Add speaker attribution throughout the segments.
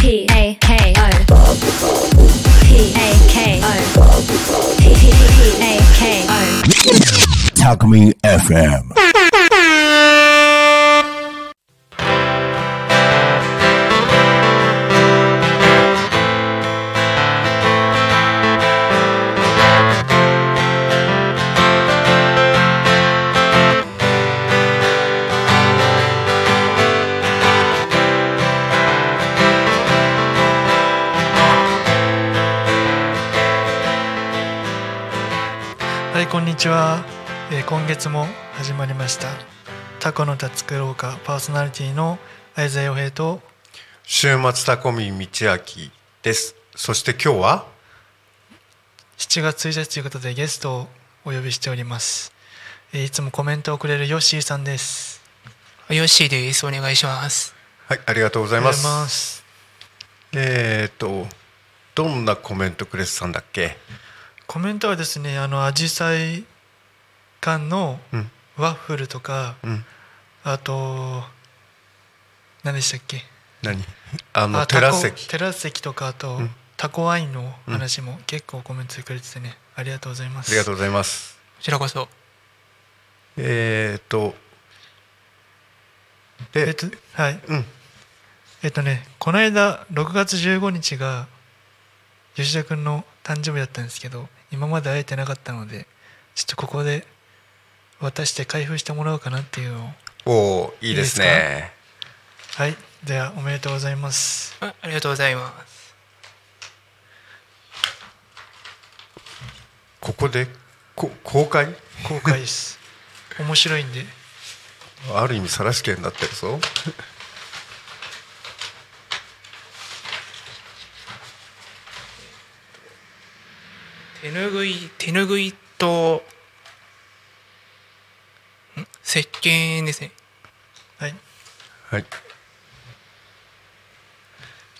Speaker 1: P A K O P A K O P P A K O
Speaker 2: Takumi FM.
Speaker 3: はいこんにちは、えー今月も始まりましたタコの達作ろうかパーソナリティの相沢洋平と
Speaker 4: 週末タコミ道明ですそして今日は
Speaker 3: 7月1日ということでゲストをお呼びしております、えーいつもコメントをくれるヨッシーさんです
Speaker 5: ヨッシーです。お願いします。
Speaker 4: はいありがとうござ
Speaker 3: あ
Speaker 4: います
Speaker 3: す
Speaker 4: えっ、とどんなコメントくれてたんだっけ
Speaker 3: コメントはですねあのアジサイ缶の
Speaker 4: うん
Speaker 3: ワッフルとか、
Speaker 4: うん
Speaker 3: あと何でしたっけ
Speaker 4: 何あの
Speaker 3: あ
Speaker 4: テラス
Speaker 3: タコ
Speaker 4: 席
Speaker 3: テラス席とかあと、
Speaker 4: ん
Speaker 3: タコワインの話も結構コメントでくれててねありがとうございま
Speaker 4: あ
Speaker 3: す
Speaker 4: りがとうございます
Speaker 5: こちらこそ。
Speaker 4: えっ、と
Speaker 3: えっ
Speaker 4: で、
Speaker 3: とはい
Speaker 4: うん
Speaker 3: えっとねこの間6月15日が吉田君の誕生日だったんですけど今まで会えてなかったのでちょっとここで渡して開封してもらおうかなっていうのを
Speaker 4: おーいいですね
Speaker 3: はいではおめでとうございます
Speaker 5: あありがとうございます。
Speaker 4: ここでこ公開
Speaker 3: 後悔です面白いんで
Speaker 4: ある意味晒し系になってるぞ
Speaker 5: 手ぬぐい、手ぬぐいと、ん石鹸ですね。
Speaker 3: はい
Speaker 4: はい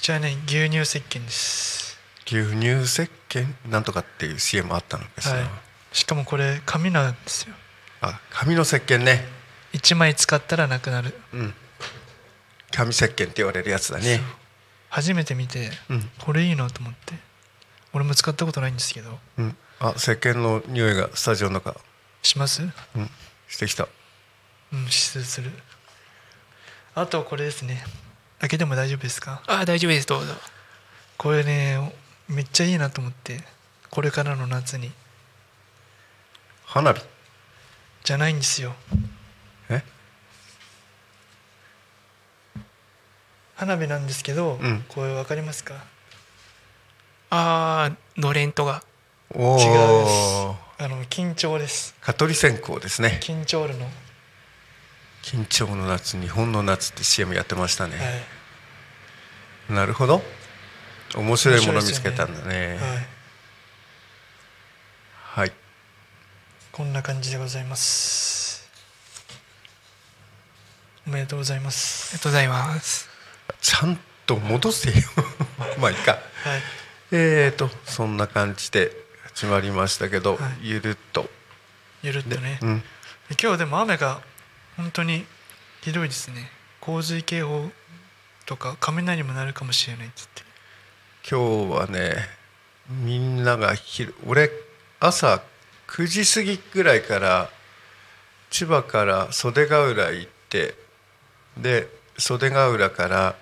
Speaker 3: じゃあね牛乳石鹸です、
Speaker 4: 牛乳石鹸なんとかっていう CM あったのです
Speaker 3: は
Speaker 4: ね、
Speaker 3: い、しかもこれ紙なんですよ
Speaker 4: あ紙の石鹸ね
Speaker 3: 1枚使ったらなくなる
Speaker 4: 紙石鹸って言われるやつだね
Speaker 3: 初めて見て、
Speaker 4: うん
Speaker 3: これいいなと思って俺も使ったことないんですけど
Speaker 4: うん、あ石鹸の匂いがスタジオの中、
Speaker 3: します
Speaker 4: うん、してきた
Speaker 3: うん指数するあとこれですね開けても大丈夫ですか
Speaker 5: あ、大丈夫です。どうぞ。
Speaker 3: これねめっちゃいいなと思ってこれからの夏に
Speaker 4: 花火
Speaker 3: じゃないんですよ
Speaker 4: え
Speaker 3: 花火なんですけど、
Speaker 4: うん
Speaker 3: これ分かりますか
Speaker 5: あー、のれんとが。
Speaker 4: お
Speaker 3: 違うです
Speaker 4: お
Speaker 3: あの緊張です
Speaker 4: 蚊取り線香ですね
Speaker 3: 緊張るの、はい、
Speaker 4: 緊張の夏日本の夏って CM やってましたね、なるほど面白いもの見つけたんだね
Speaker 3: はい、
Speaker 4: はい
Speaker 3: こんな感じでございますおめでとうございま
Speaker 5: あ
Speaker 3: す
Speaker 5: りがとうございます。
Speaker 4: ちゃんと戻せよ まあいいか
Speaker 3: はい
Speaker 4: えーとそんな感じで始まりましたけど、
Speaker 3: はい
Speaker 4: ゆるっと
Speaker 3: ゆるっとね、
Speaker 4: うん
Speaker 3: 今日でも雨が本当にひどいですね洪水警報とか雷も鳴るかもしれないっつって
Speaker 4: 今日はねみんなが昼俺朝9時過ぎぐらいから千葉から袖ヶ浦行ってで袖ヶ浦から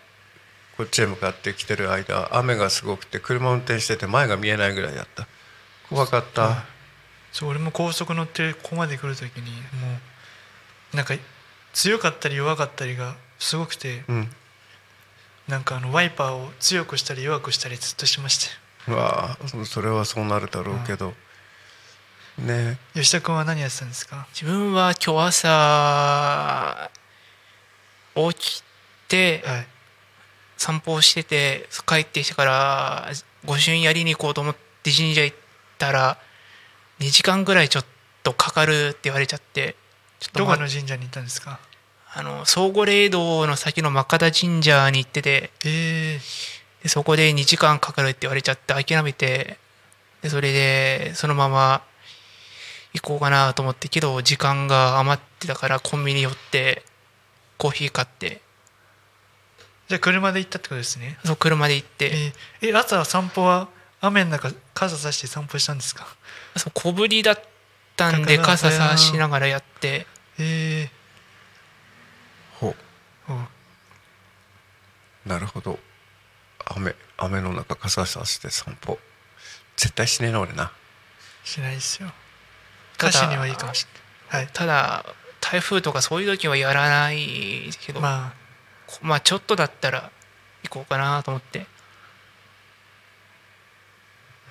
Speaker 4: こっちへ向かってきてる間雨がすごくて車運転してて前が見えないぐらいだった怖かった
Speaker 3: そう俺も高速乗ってここまで来るときにもうなんか強かったり弱かったりがすごくて、
Speaker 4: うん
Speaker 3: なんかあのワイパーを強くしたり弱くしたりずっとしましたよ
Speaker 4: まあそそれはそうなるだろうけどね
Speaker 3: 吉田君は何やってたんですか
Speaker 5: 自分は今日朝、起きて、
Speaker 3: はい
Speaker 5: 散歩をしてて帰ってきてから御朱印やりに行こうと思って神社行ったら2時間ぐらいちょっとかかるって言われちゃってちょっと
Speaker 3: ど
Speaker 5: ま
Speaker 3: この神社に行ったんですか
Speaker 5: あの総合霊堂の先の真方神社に行ってて
Speaker 3: ええ
Speaker 5: でそこで2時間かかるって言われちゃって諦めてでそれでそのまま行こうかなと思ってけど時間が余ってたからコンビニ寄ってコーヒー買って
Speaker 3: じゃあ車で行ったってことですね
Speaker 5: そう車で行って、
Speaker 3: えーえ朝散歩は雨の中傘さして散歩したんですか
Speaker 5: そう小ぶりだったんで
Speaker 3: だから
Speaker 5: 傘さしながらやって
Speaker 3: え
Speaker 4: ほ
Speaker 3: ー、お
Speaker 4: うなるほど雨雨の中傘さして散歩絶対しねえな俺な
Speaker 3: しないですよ
Speaker 5: ただ
Speaker 3: 歌詞にはいいかもしれない、は
Speaker 5: ただ台風とかそういう時はやらないけど、
Speaker 3: い、
Speaker 5: まあ、
Speaker 3: まあ
Speaker 5: ちょっとだったら行こうかなと思って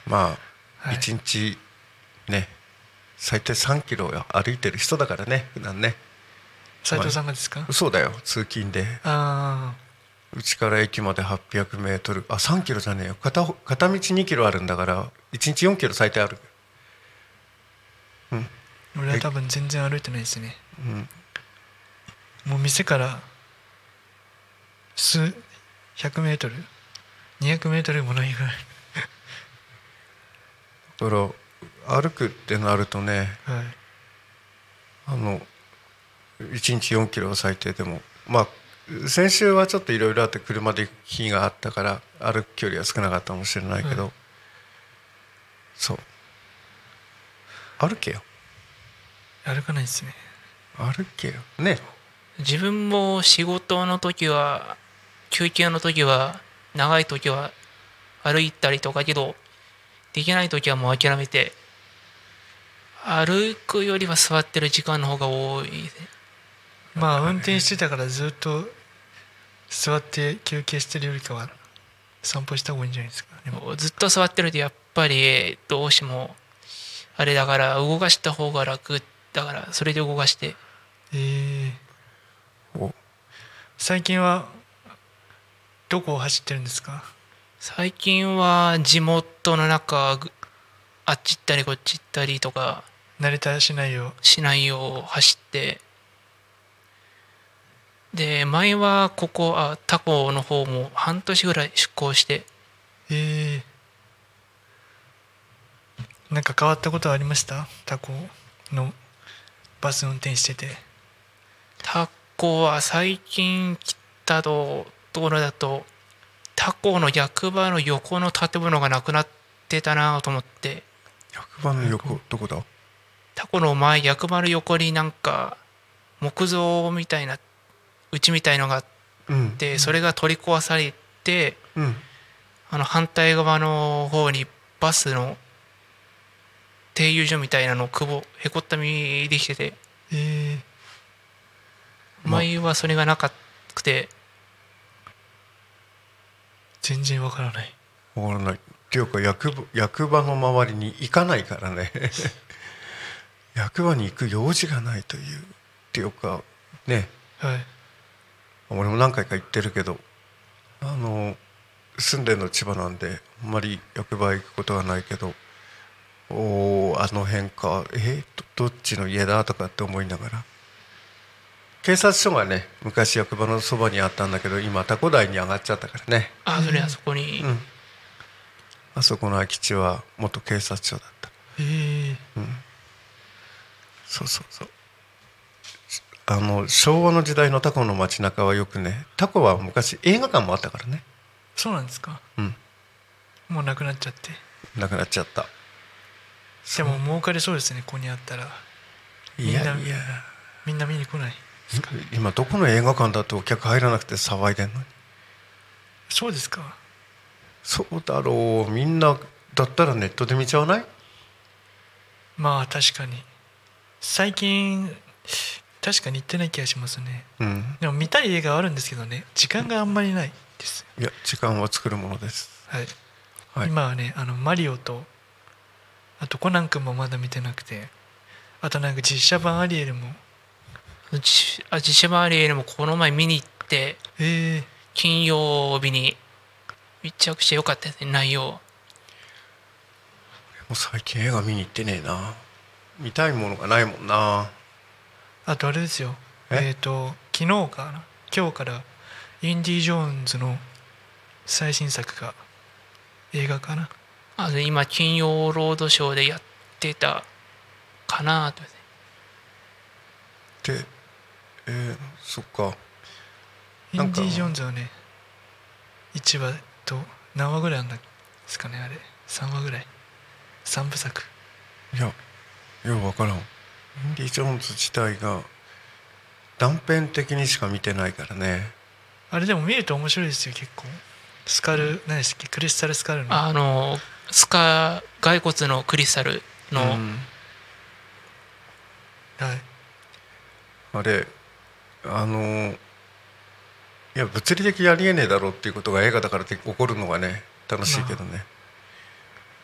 Speaker 4: まあ、
Speaker 3: はい
Speaker 4: 一日ね最低3キロ歩いてる人だからね普段ね
Speaker 3: 斉藤さんがですか、
Speaker 4: そうだよ通勤で
Speaker 3: あ
Speaker 4: うちから駅まで800メートルあ3キロじゃねえよ片方片道2キロあるんだから1日4キロ最低ある
Speaker 3: あ俺は多分全然歩いてないですね
Speaker 4: うん
Speaker 3: もう店から数100メートル200メートルもないぐらい
Speaker 4: だから歩くってなるとね
Speaker 3: はい
Speaker 4: あの1日4キロ最低でもまあ先週はちょっといろいろあって車で行く日があったから歩く距離は少なかったかもしれないけど、
Speaker 3: うん
Speaker 4: そう歩けよ
Speaker 3: 歩かないですね
Speaker 4: 歩けよね
Speaker 5: 自分も仕事の時は休憩の時は長い時は歩いたりとかけどできない時はもう諦めて歩くよりは座ってる時間の方が多い
Speaker 3: まあ運転してたからずっと座って休憩してるよりかは散歩した方がいいんじゃないですかでも
Speaker 5: ずっと座ってるとやっぱりどうしてもあれだから動かした方が楽だからそれで動かして
Speaker 3: えー
Speaker 4: お
Speaker 3: 最近はどこを走ってるんですか
Speaker 5: 最近は地元の中ぐあっち行ったりこっち行ったりとか
Speaker 3: 成田市内を
Speaker 5: 市内を走ってで前はここあ他校の方も半年ぐらい出向して
Speaker 3: えー、なんか変わったことはありました他校のバス運転してて
Speaker 5: 他校は最近来たとところだと他校の役場の横の建物がなくなってたなと思って
Speaker 4: 100番の横どこだ
Speaker 5: 他校の前役場の横になんか木造みたいなうちみたいのがあっ
Speaker 4: うん
Speaker 5: てそれが取り壊されて
Speaker 4: うん
Speaker 5: あの反対側の方にバスの停留所みたいなのをくぼへこったみできてて
Speaker 3: え
Speaker 4: ま
Speaker 5: 前はそれがなかくて
Speaker 3: 全然わからない
Speaker 4: わからないっていうか役場役場の周りに行かないからね役場に行く用事がないというっていうかね
Speaker 3: はい
Speaker 4: 俺も何回か行ってるけどあの住んでるの千葉なんであんまり役場へ行くことはないけどおおあの辺かえーどどっちの家だとかって思いながら警察署がね昔役場のそばにあったんだけど今タコ台に上がっちゃったからね
Speaker 5: あそれあそこに、
Speaker 4: うんあそこの空き地は元警察署だった
Speaker 3: えー、
Speaker 4: そうそうそうあの昭和の時代のタコの街中はよくねタコは昔映画館もあったからね
Speaker 3: そうなんですか
Speaker 4: うん
Speaker 3: もうなくなっちゃって
Speaker 4: なくなっちゃった
Speaker 3: でも儲かりそうですねここにあったら
Speaker 4: いやいや
Speaker 3: みんなみんな見に来ない
Speaker 4: 今どこの映画館だとお客入らなくて騒いでんのに
Speaker 3: そうですか
Speaker 4: そうだろうみんなだったらネットで見ちゃわない
Speaker 3: まあ確かに最近確かに行ってない気がしますね
Speaker 4: うん
Speaker 3: でも見たい映画はあるんですけどね時間があんまりないです
Speaker 4: いや時間は作るものです
Speaker 3: はい
Speaker 4: はい
Speaker 3: 今はねあのマリオとあとコナン君もまだ見てなくてあとなんか実写版アリエルも
Speaker 5: じあ自社周りにもこの前見に行って
Speaker 3: ええ
Speaker 5: 金曜日に密着してよかったですね内容
Speaker 4: もう最近映画見に行ってねえな見たいものがないもんな
Speaker 3: あとあれですよ
Speaker 4: え
Speaker 3: えっ、と昨日かな今日からインディ・ジョーンズの最新作が映画かな
Speaker 5: あの今金曜ロードショーでやってたかなと思って
Speaker 4: でえー、そっか
Speaker 3: イ
Speaker 4: なん
Speaker 3: ン
Speaker 4: か
Speaker 3: ディ・ジョーンズはね1話と何話ぐらいあるんですかねあれ3話ぐらい3部作
Speaker 4: いやいや分からんインディ・ジョーンズ自体が断片的にしか見てないからね
Speaker 3: あれでも見ると面白いですよ結構スカル何でしたっけクリスタルスカルの
Speaker 5: あのスカ骸骨のクリスタルの、
Speaker 4: うん
Speaker 3: はい
Speaker 4: あれあのいや物理的にありえねえだろうっていうことが映画だからで起こるのがね楽しいけどね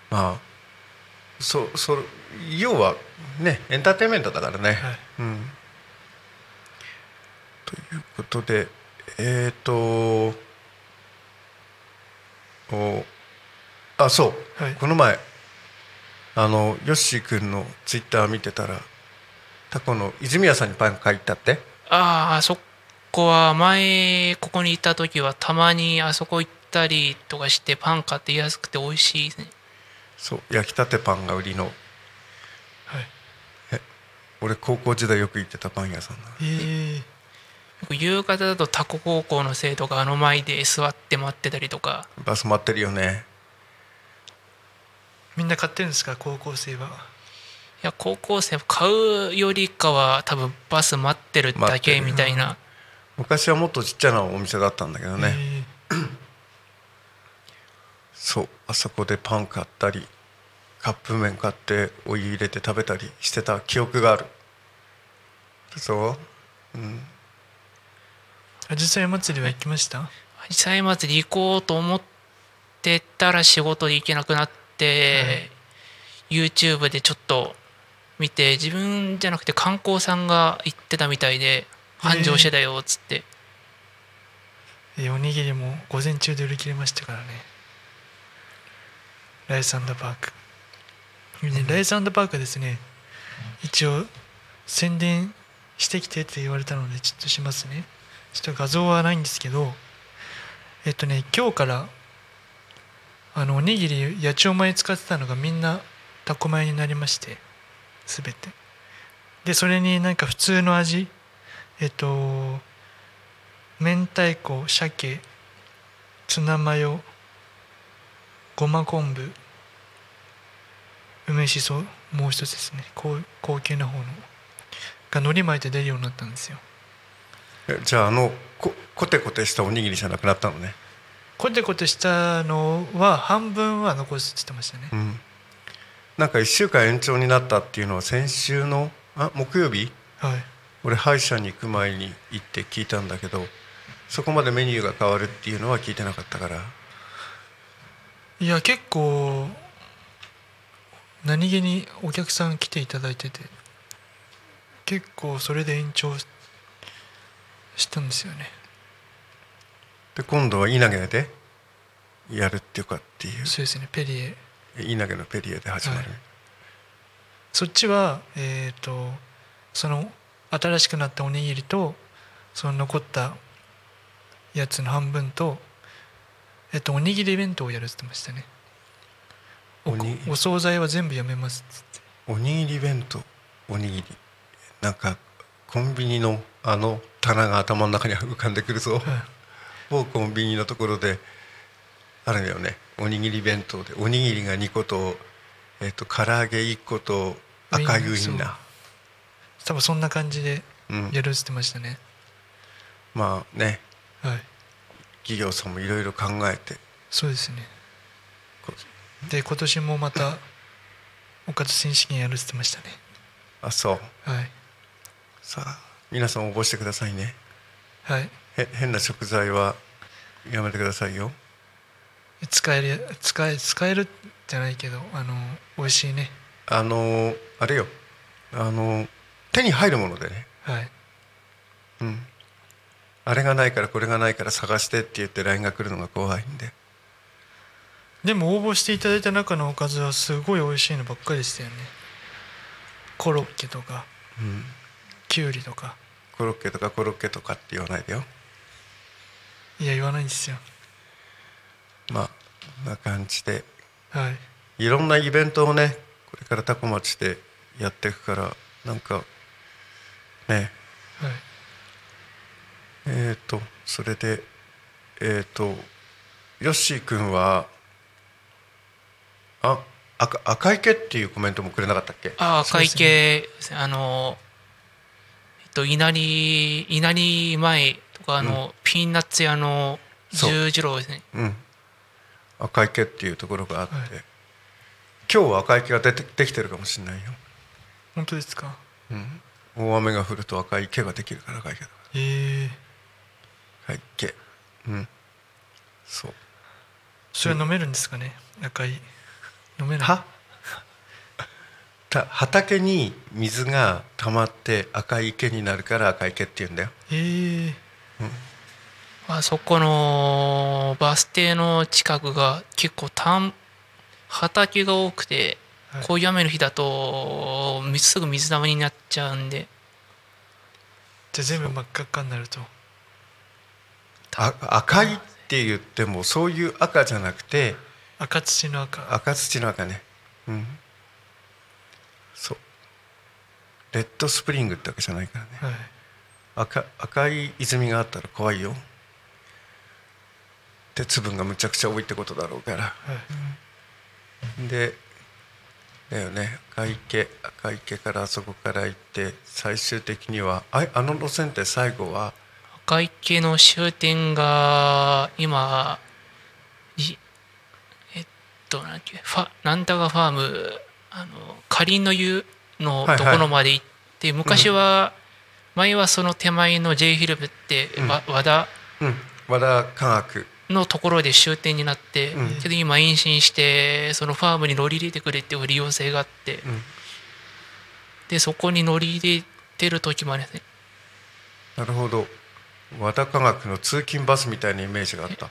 Speaker 4: まあそそ要はねエンターテインメントだからね、
Speaker 3: はい
Speaker 4: うんということでえっ、とおあそう、
Speaker 3: はい
Speaker 4: この前あのヨッシー君のツイッター見てたらタコの泉谷さんにパン買いに行ったって
Speaker 5: ああそこは前ここにいた時はたまにあそこ行ったりとかしてパン買って安くて美味しいですね
Speaker 4: そう焼きたてパンが売りの
Speaker 3: はい
Speaker 4: 俺高校時代よく行ってたパン屋さんなの
Speaker 3: えー、
Speaker 5: 僕夕方だとタコ高校の生徒があの前で座って待ってたりとか
Speaker 4: バス待ってるよね
Speaker 3: みんな買ってるんですか高校生はい
Speaker 5: や高校生買うよりかは多分バス待ってるだけみたいな
Speaker 4: 昔はもっとちっちゃなお店だったんだけどね、
Speaker 3: え
Speaker 4: そうあそこでパン買ったりカップ麺買ってお湯入れて食べたりしてた記憶があるそう
Speaker 3: ー、アジサイ祭りは行きました
Speaker 5: 実際祭り行こうと思ってたら仕事で行けなくなって、YouTube でちょっと見て自分じゃなくて観光さんが行ってたみたいで繁盛してたよっつって、
Speaker 3: えーおにぎりも午前中で売り切れましたからねライスパーク、ね、ライスパークですね一応宣伝してきてって言われたのでちょっとしますねちょっと画像はないんですけどえっとね今日からあのおにぎり八千代米使ってたのがみんなタコ米になりまして全てでそれになんか普通の味えっと明太子鮭ツナマヨごま昆布梅しそもう一つですね高高級な方のが海苔巻いて出るようになったんですよ
Speaker 4: えじゃああのこコテコテしたおにぎりじゃなくなったのね
Speaker 3: コテコテしたのは半分は残すって言ってましたね
Speaker 4: うんなんか1週間延長になったっていうのは先週のあ木曜日
Speaker 3: はい
Speaker 4: 俺歯医者に行く前に行って聞いたんだけどそこまでメニューが変わるっていうのは聞いてなかったから
Speaker 3: いや結構何気にお客さん来ていただいてて結構それで延長ししたんですよね
Speaker 4: で今度は稲毛でやるっていうかってい
Speaker 3: そうですねペリエ
Speaker 4: う稲毛のペリエで始まる、
Speaker 3: はいそっちはえっ、とその新しくなったおにぎりとその残ったやつの半分とえっ、とおにぎり弁当をやるって言ってましたねお
Speaker 4: おに
Speaker 3: お惣菜は全部やめますっつって
Speaker 4: おにぎり弁当おにぎりなんかコンビニのあの棚が頭の中に浮かんでくる
Speaker 3: は
Speaker 4: ぞ
Speaker 3: い
Speaker 4: 某コンビニのところであるんだよねおにぎり弁当でおにぎりが2個とえっ、と唐揚げ1個と赤いウイ
Speaker 3: ウイ
Speaker 4: ン
Speaker 3: ンナ
Speaker 4: ナ
Speaker 3: ー
Speaker 4: ー
Speaker 3: 多分そんな感じで
Speaker 4: うん
Speaker 3: やるって言ってましたね、
Speaker 4: まあね
Speaker 3: はい
Speaker 4: 企業さんもいろいろ考えて
Speaker 3: そうですね
Speaker 4: こ
Speaker 3: で今年もまたおかず選手権やるって言ってましたね
Speaker 4: あそう
Speaker 3: はい
Speaker 4: さあ皆さん応募してくださいね
Speaker 3: はい
Speaker 4: へ変な食材はやめてくださいよ
Speaker 3: 使える使え使えるじゃないけどあの美味しいね
Speaker 4: あのあれよあの手に入るものでね
Speaker 3: はい
Speaker 4: うんあれがないからこれがないから探してって言って LINE が来るのが怖いんで
Speaker 3: でも応募していただいた中のおかずはすごい美味しいのばっかりでしたよねコロッケとか、きゅうりとか
Speaker 4: コロッケとかコロッケとかって言わないでよ
Speaker 3: いや言わないんですよ
Speaker 4: まあこんな感じで
Speaker 3: はい
Speaker 4: いろんなイベントをねこれからタコ町でやっていくからなんかね
Speaker 3: はい
Speaker 4: えー、とそれでえー、とヨッシー君はあ赤赤い毛っていうコメントもくれなかったっけ
Speaker 5: ああ
Speaker 3: そうで
Speaker 5: 会
Speaker 3: す
Speaker 5: 計、あのえっと稲荷稲荷前とかあの、ピーナッツ屋の
Speaker 4: そう
Speaker 5: 十字路ですね
Speaker 4: うん、赤池っていうところがあって、
Speaker 3: はい
Speaker 4: 今日は赤池が出てできてるかもしれないよ、
Speaker 3: 本当ですか
Speaker 4: 大雨が降ると赤池ができるから赤池だか
Speaker 3: ええ
Speaker 4: ら赤池うんそう
Speaker 3: それは飲めるんですかね赤い飲めない
Speaker 4: はた畑に水が溜まって赤い池になるから赤い池っていうんだよ
Speaker 3: ええ
Speaker 5: まあそこのバス停の近くが結構田ん畑が多くて、
Speaker 3: はい
Speaker 5: こういう雨の日だとみすぐ水溜まりになっちゃうんで
Speaker 3: じゃあ全部真っ赤っかになると
Speaker 4: あ赤いって言ってもそういう赤じゃなくて
Speaker 3: 赤土の赤
Speaker 4: 赤土の赤ねうんそうレッドスプリングってわけじゃないからね
Speaker 3: はい
Speaker 4: 赤赤い泉があったら怖いよで粒がむちゃくちゃ多いってことだろうから
Speaker 3: はい
Speaker 4: でだよね赤池赤池からあそこから行って最終的にはああの路線って最後は
Speaker 5: 赤池の終点が今いえっとなんだっけファなんだかファームあの仮の湯の
Speaker 4: はいはい
Speaker 5: ところまで行って、昔は、前はその手前の J ヒルブって、わ和田
Speaker 4: うん和田科学
Speaker 5: のところで終点になって、
Speaker 4: うん
Speaker 5: けど今延伸してそのファームに乗り入れてくれっていう利用性があって、
Speaker 4: ん
Speaker 5: でそこに乗り入れてる時もありますね
Speaker 4: なるほど和田科学の通勤バスみたいなイメージがあった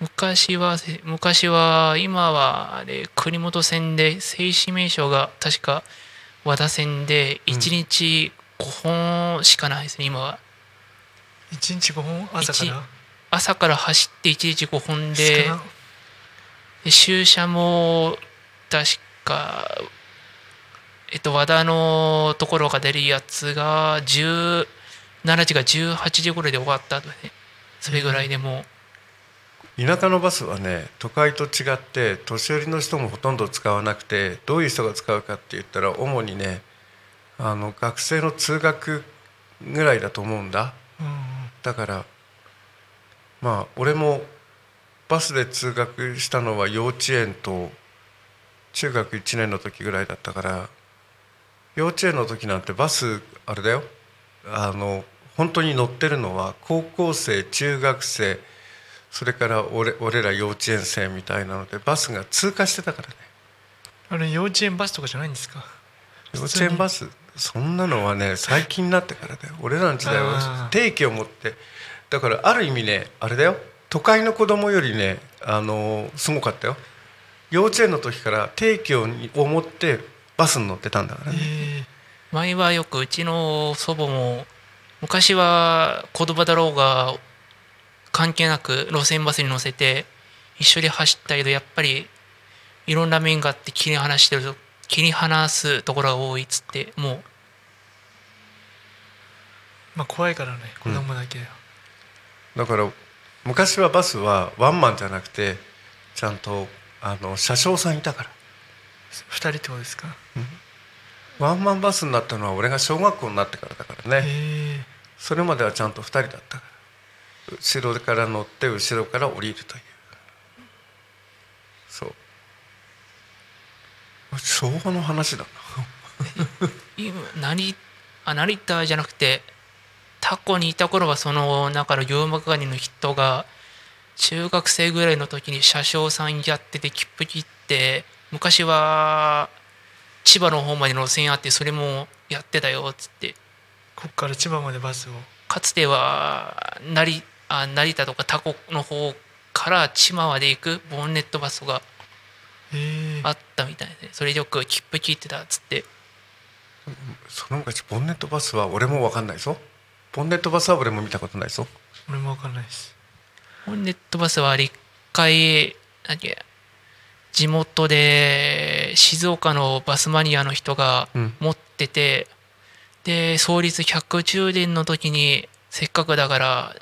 Speaker 5: 昔はせ昔は今はあれ国本線で正止名称が確か和田線で1日5本しかないですね、今は
Speaker 3: 一日五本朝から
Speaker 5: 朝から走って1日5本で
Speaker 3: 少な
Speaker 5: で終車も確かえっと和田のところが出るやつが17時が18時頃で終わったとねそれぐらいでもう
Speaker 4: 田舎のバスはね都会と違って年寄りの人もほとんど使わなくてどういう人が使うかって言ったら主にねあの学生の通学ぐらいだと思うんだ
Speaker 3: うんうん
Speaker 4: だからまあ俺もバスで通学したのは幼稚園と中学1年の時ぐらいだったから幼稚園の時なんてバスあれだよあの本当に乗ってるのは高校生中学生それから俺俺ら幼稚園生みたいなのでバスが通過してたからね
Speaker 3: あれ幼稚園バスとかじゃないんですか
Speaker 4: 幼稚園バスそんなのはね最近になってからだよ俺らの時代
Speaker 3: あ
Speaker 4: は
Speaker 3: ー
Speaker 4: 定期を持ってだからある意味ねあれだよ都会の子供よりねあのーすごかったよ幼稚園の時から定期を持ってバスに乗ってたんだからね、
Speaker 3: え
Speaker 5: 前はよくうちの祖母も昔は子供だろうが関係なく路線バスに乗せて一緒に走ったけどやっぱりいろんな面があって切り離してると切り離すところが多いっつってもう
Speaker 3: ーまあ怖いからね子供だけは
Speaker 4: だから昔はバスはワンマンじゃなくてちゃんとあの車掌さんいたから
Speaker 3: 二人ってことですか
Speaker 4: ワンマンバスになったのは俺が小学校になってからだからね、
Speaker 3: え
Speaker 4: それまではちゃんと2人だったから後ろから乗って後ろから降りるというそう昭和の話だ
Speaker 5: 今成あ成田じゃなくてタコにいた頃はその中の業務係の人が中学生ぐらいの時に車掌さんやってて切符切って昔は千葉の方まで路線あってそれもやってたよっつって
Speaker 3: こっから千葉までバスを
Speaker 5: かつては成あ成田とかタコの方から千葉まで行くボンネットバスが
Speaker 3: ええ
Speaker 5: あったみたいでそれよく切符切ってたっつって
Speaker 4: なその昔ボンネットバスは俺も分かんないぞボンネットバスは俺も見たことないぞ
Speaker 3: 俺もわかんないです
Speaker 5: ボンネットバスは一回なんだっけ地元で静岡のバスマニアの人が
Speaker 4: うん
Speaker 5: 持ってて、で創立110年の時にせっかくだから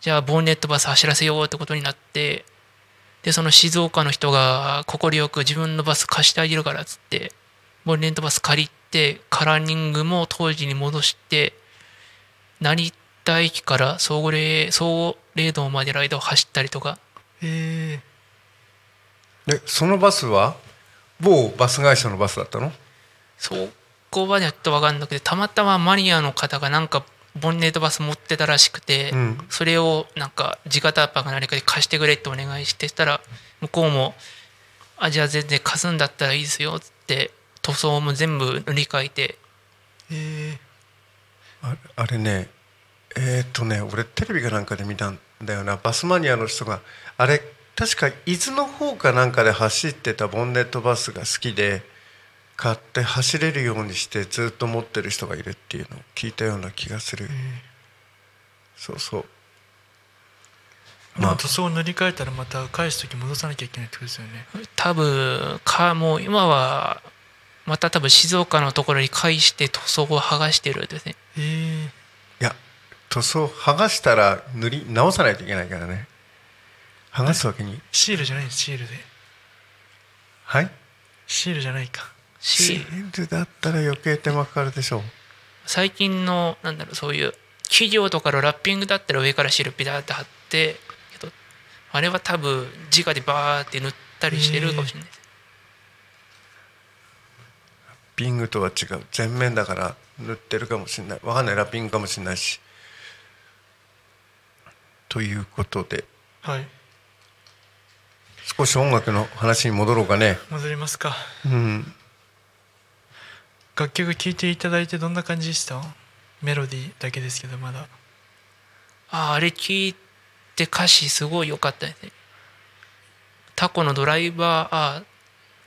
Speaker 5: じゃあボンネットバス走らせようってことになってでその静岡の人が快く自分のバス貸してあげるからっつってボンネットバス借りてカラーニングも当時に戻して成田駅から総合霊総合霊道までライドを走ったりとか
Speaker 3: え
Speaker 4: でそのバスは某バス会社のバスだったの
Speaker 5: そこまでやっと分かんなくてたまたまマニアの方がなんかボンネットバス持ってたらしくて、
Speaker 4: うん
Speaker 5: それをなんか地下タッパーが何かで貸してくれってお願いしてしたら向こうも「あじゃあ全然貸すんだったらいいですよ」っつって塗装も全部塗り替えて
Speaker 3: ー、え
Speaker 4: あれあれねえーっとね俺テレビかなんかで見たんだよなバスマニアの人があれ確か伊豆の方かなんかで走ってたボンネットバスが好きで買って走れるようにしてずっと持ってる人がいるっていうのを聞いたような気がする、そうそう
Speaker 3: ー、でも塗装を塗り替えたらまた返す時戻さなきゃいけないってことですよね
Speaker 5: 多分かもう今はまた多分静岡のところに返して塗装を剥がしてるんですね
Speaker 3: えー、
Speaker 4: いや塗装剥がしたら塗り直さないといけないからね剥がすわけに
Speaker 3: シールじゃないんですシールで
Speaker 4: はい
Speaker 3: シールじゃないか
Speaker 5: し
Speaker 4: シールだったら余計手間かかるでしょう
Speaker 5: 最近のなんだろうそういう企業とかのラッピングだったら上からシールピタって貼ってけどあれは多分直でバーって塗ったりしてるかもしれないです、
Speaker 4: ピングとは違う全面だから塗ってるかもしれないわかんないラッピングかもしれないしということで
Speaker 3: はい
Speaker 4: 少し音楽の話に戻ろうかね
Speaker 3: 戻りますか
Speaker 4: うん
Speaker 3: 楽曲聴いていただいてどんな感じでしたメロディーだけですけどまだ
Speaker 5: あああれ聞いて歌詞すごい良かったですねタコのドライバーあー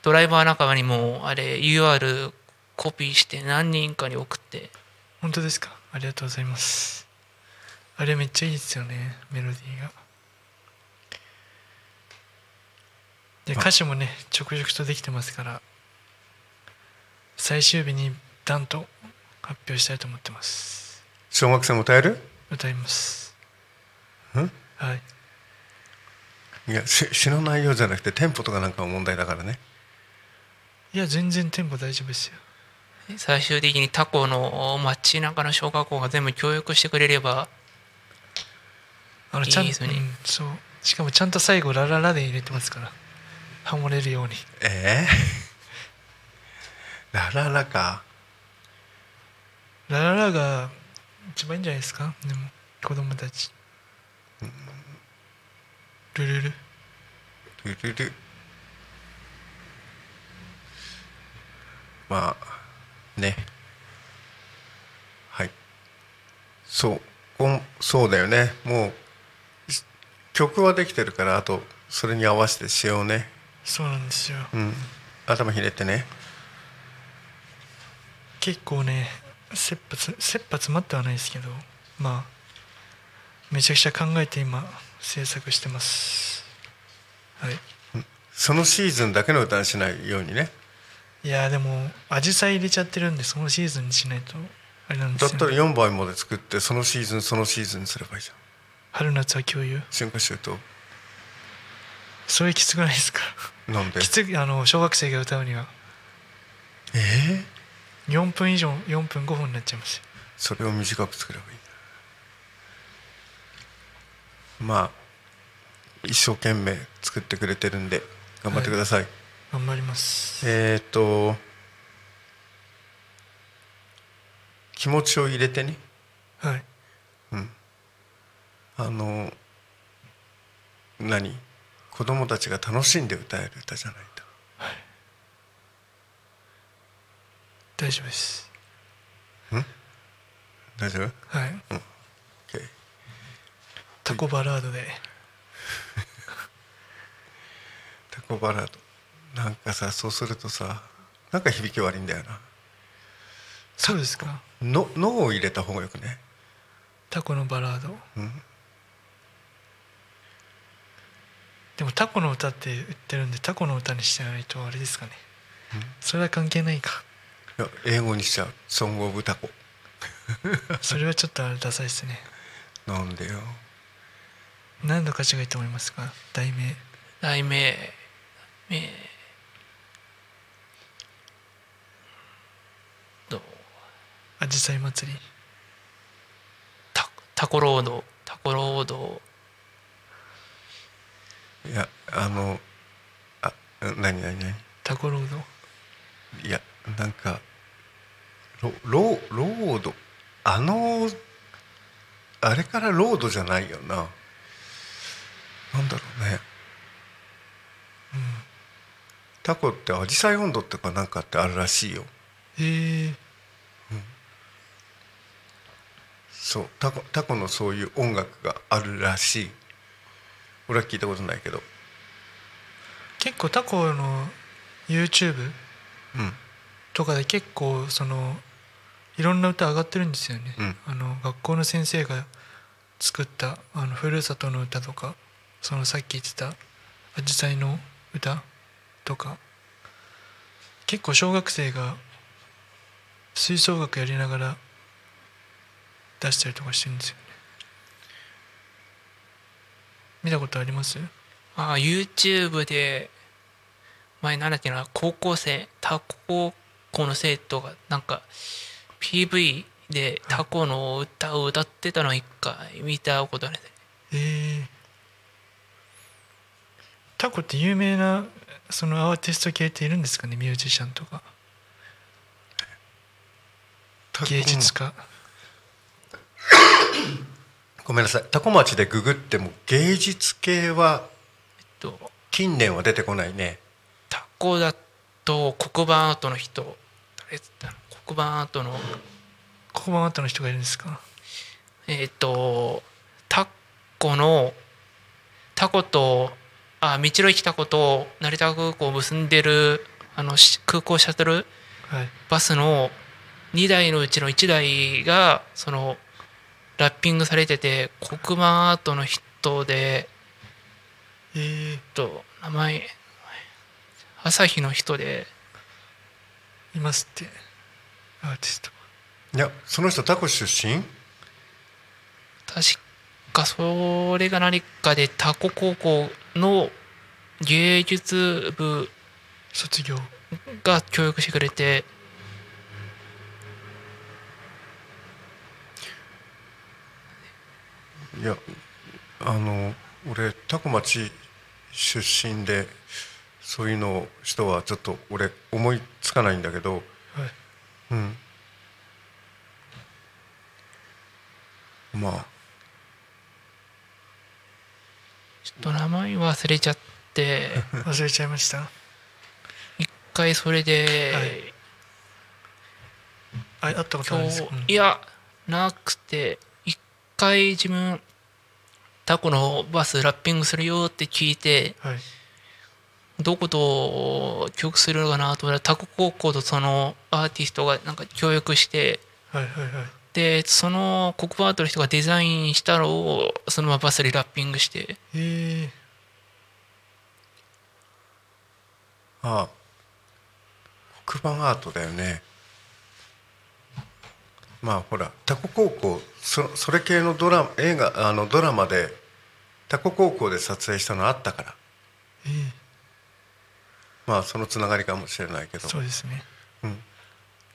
Speaker 5: ドライバー仲間にもあれ UR コピーして何人かに送って
Speaker 3: 本当ですかありがとうございますあれめっちゃいいですよねメロディーがで歌詞もね直々とできてますから最終日にダンと発表したいと思ってます
Speaker 4: 小学生も歌える
Speaker 3: 歌います
Speaker 4: ん
Speaker 3: はい
Speaker 4: いやし詩の内容じゃなくてテンポとかなんかも問題だからね
Speaker 3: いや全然テンポ大丈夫ですよ
Speaker 5: 最終的にタコの街中の小学校が全部協力してくれれば
Speaker 3: あのちゃん
Speaker 5: いいですよね
Speaker 3: うんそうしかもちゃんと最後ラララで入れてますからハモれるように
Speaker 4: え えラララか
Speaker 3: ラララが一番いいんじゃないですかでも子供たちルルル
Speaker 4: ルルルまあねはいそうこんそうだよねもうし曲はできてるからあとそれに合わせてしようね
Speaker 3: そうなんですよ
Speaker 4: うん頭ひねってね
Speaker 3: 結構ね切羽つ切羽詰まってはないですけどまあめちゃくちゃ考えて今制作してますはい
Speaker 4: そのシーズンだけの歌にしないようにね
Speaker 3: いやーでもアジサイ入れちゃってるんでそのシーズンにしないとあれなんで
Speaker 4: だっ
Speaker 3: す
Speaker 4: た
Speaker 3: よ、
Speaker 4: ら
Speaker 3: ね、
Speaker 4: 4倍まで作ってそのシーズンそのシーズンにすればいいじゃん
Speaker 3: 春夏は共有
Speaker 4: 春夏秋冬
Speaker 3: それきつくないですか
Speaker 4: なんで
Speaker 3: きついあの小学生が歌うには
Speaker 4: えー
Speaker 3: 4分以上4分5分になっちゃいますよ
Speaker 4: それを短く作ればいいまあ一生懸命作ってくれてるんで頑張ってください、
Speaker 3: 頑張ります
Speaker 4: えっ、と気持ちを入れてね
Speaker 3: はい
Speaker 4: あの何子供たちが楽しんで歌える歌じゃないと
Speaker 3: 大丈夫です
Speaker 4: 大丈夫
Speaker 3: はい
Speaker 4: ?OK
Speaker 3: タコバラードで
Speaker 4: タコバラードなんかさそうするとさなんか響き悪いんだよな
Speaker 3: そうですか
Speaker 4: の「の」を入れた方がよくね
Speaker 3: タコのバラード、でもタコの歌って言ってるんでタコの歌にしてないとあれですかね、それは関係ないか
Speaker 4: いや英語にしちゃう「ソング・オブ・タコ」
Speaker 3: それはちょっとあれダサいですね
Speaker 4: なんでよ
Speaker 3: 何の歌詞がいいと思いますか題名
Speaker 5: 題名名どう
Speaker 3: 「あじさい祭り
Speaker 5: タタコロードタコロード
Speaker 4: いやあのあ何何何」
Speaker 3: タコロード
Speaker 4: いやなんかロロロードあのあれからロードじゃないよななんだろうね、うん、タコってアジサイ温度とかなんかってあるらしいよ
Speaker 3: えー、
Speaker 4: そうタコタコのそういう音楽があるらしい俺は聞いたことないけど
Speaker 3: 結構タコの YouTube
Speaker 4: うん
Speaker 3: とかで結構そのいろんな歌上がってるんですよね、
Speaker 4: うん
Speaker 3: あの学校の先生が作ったあのふるさとの歌とかそのさっき言ってた「あじさいの歌」とか結構小学生が吹奏楽やりながら出したりとかしてるんですよね見たことあります
Speaker 5: あ YouTube で前なんだっけな高校生他高校の生徒がなんか PV でタコの歌を歌ってたのを一回見たことあるね
Speaker 3: えータコって有名なそのアーティスト系っているんですかねミュージシャンとか
Speaker 4: タコ
Speaker 3: 芸術家
Speaker 4: ごめんなさいタコ町でググっても芸術系は
Speaker 5: えっと
Speaker 4: 近年は出てこないね
Speaker 5: タコだと黒板アートの人誰だったの黒板アートの
Speaker 3: 黒板アートの人がいるんですか
Speaker 5: えっ、とタコのタコとあ道の駅タコと成田空港を結んでるあのし空港シャトル
Speaker 3: はい
Speaker 5: バスの2台のうちの1台がそのラッピングされてて黒板アートの人で
Speaker 3: えー
Speaker 5: えっと名前朝日の人で
Speaker 3: いますってアーティスト
Speaker 4: いやその人タコ出身
Speaker 5: 確かそれが何かでタコ高校の芸術部
Speaker 3: 卒業
Speaker 5: が教育してくれて
Speaker 4: いやあの俺タコ町出身でそういうの人はちょっと俺思いつかないんだけど、
Speaker 3: はい
Speaker 4: うん、まあ
Speaker 5: ちょっと名前忘れちゃ って
Speaker 3: 忘れちゃいました
Speaker 5: 一回それで、
Speaker 3: はいあ会ったことあるん
Speaker 5: 今
Speaker 3: です
Speaker 5: 日
Speaker 3: か、うん
Speaker 5: いやなくて一回自分タコのバスラッピングするよって聞いて
Speaker 3: はい
Speaker 5: どこと教育するのかなと思ったらタコ高校とそのアーティストがなんか協力して
Speaker 3: はいはいはい
Speaker 5: でその黒板アートの人がデザインしたのをそのままバスでラッピングして
Speaker 3: えー
Speaker 4: ああ黒板アートだよねまあほらタコ高校そそれ系のドラマ映画あのドラマでタコ高校で撮影したのあったから
Speaker 3: えー
Speaker 4: まあそのつながりかもしれないけど
Speaker 3: そうですね
Speaker 4: うん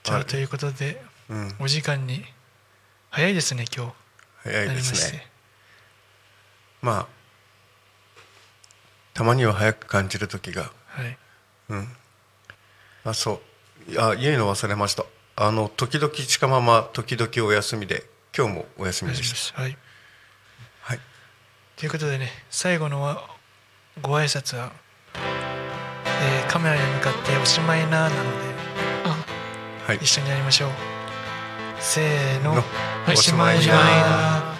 Speaker 3: じゃ
Speaker 4: は
Speaker 3: あ
Speaker 4: い
Speaker 3: ということで
Speaker 4: うん、
Speaker 3: お時間に早いですね今日
Speaker 4: 早い
Speaker 3: な
Speaker 4: で
Speaker 3: りまし
Speaker 4: す
Speaker 3: て
Speaker 4: ねまあたまには早く感じる時が
Speaker 3: はい
Speaker 4: あそうあ言うの忘れましたあの時々近まま時々お休みで今日もお休み
Speaker 3: 大
Speaker 4: で
Speaker 3: 丈夫で
Speaker 4: し
Speaker 3: すはい
Speaker 4: たはい
Speaker 3: ということでね最後のはご挨拶は、えーカメラに向かって「おしまいな」なので
Speaker 5: あ
Speaker 4: はい
Speaker 3: 一緒にやりましょうせーの
Speaker 4: の
Speaker 3: おしまい
Speaker 5: おしまい
Speaker 3: な
Speaker 5: な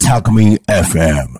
Speaker 2: タコミ FM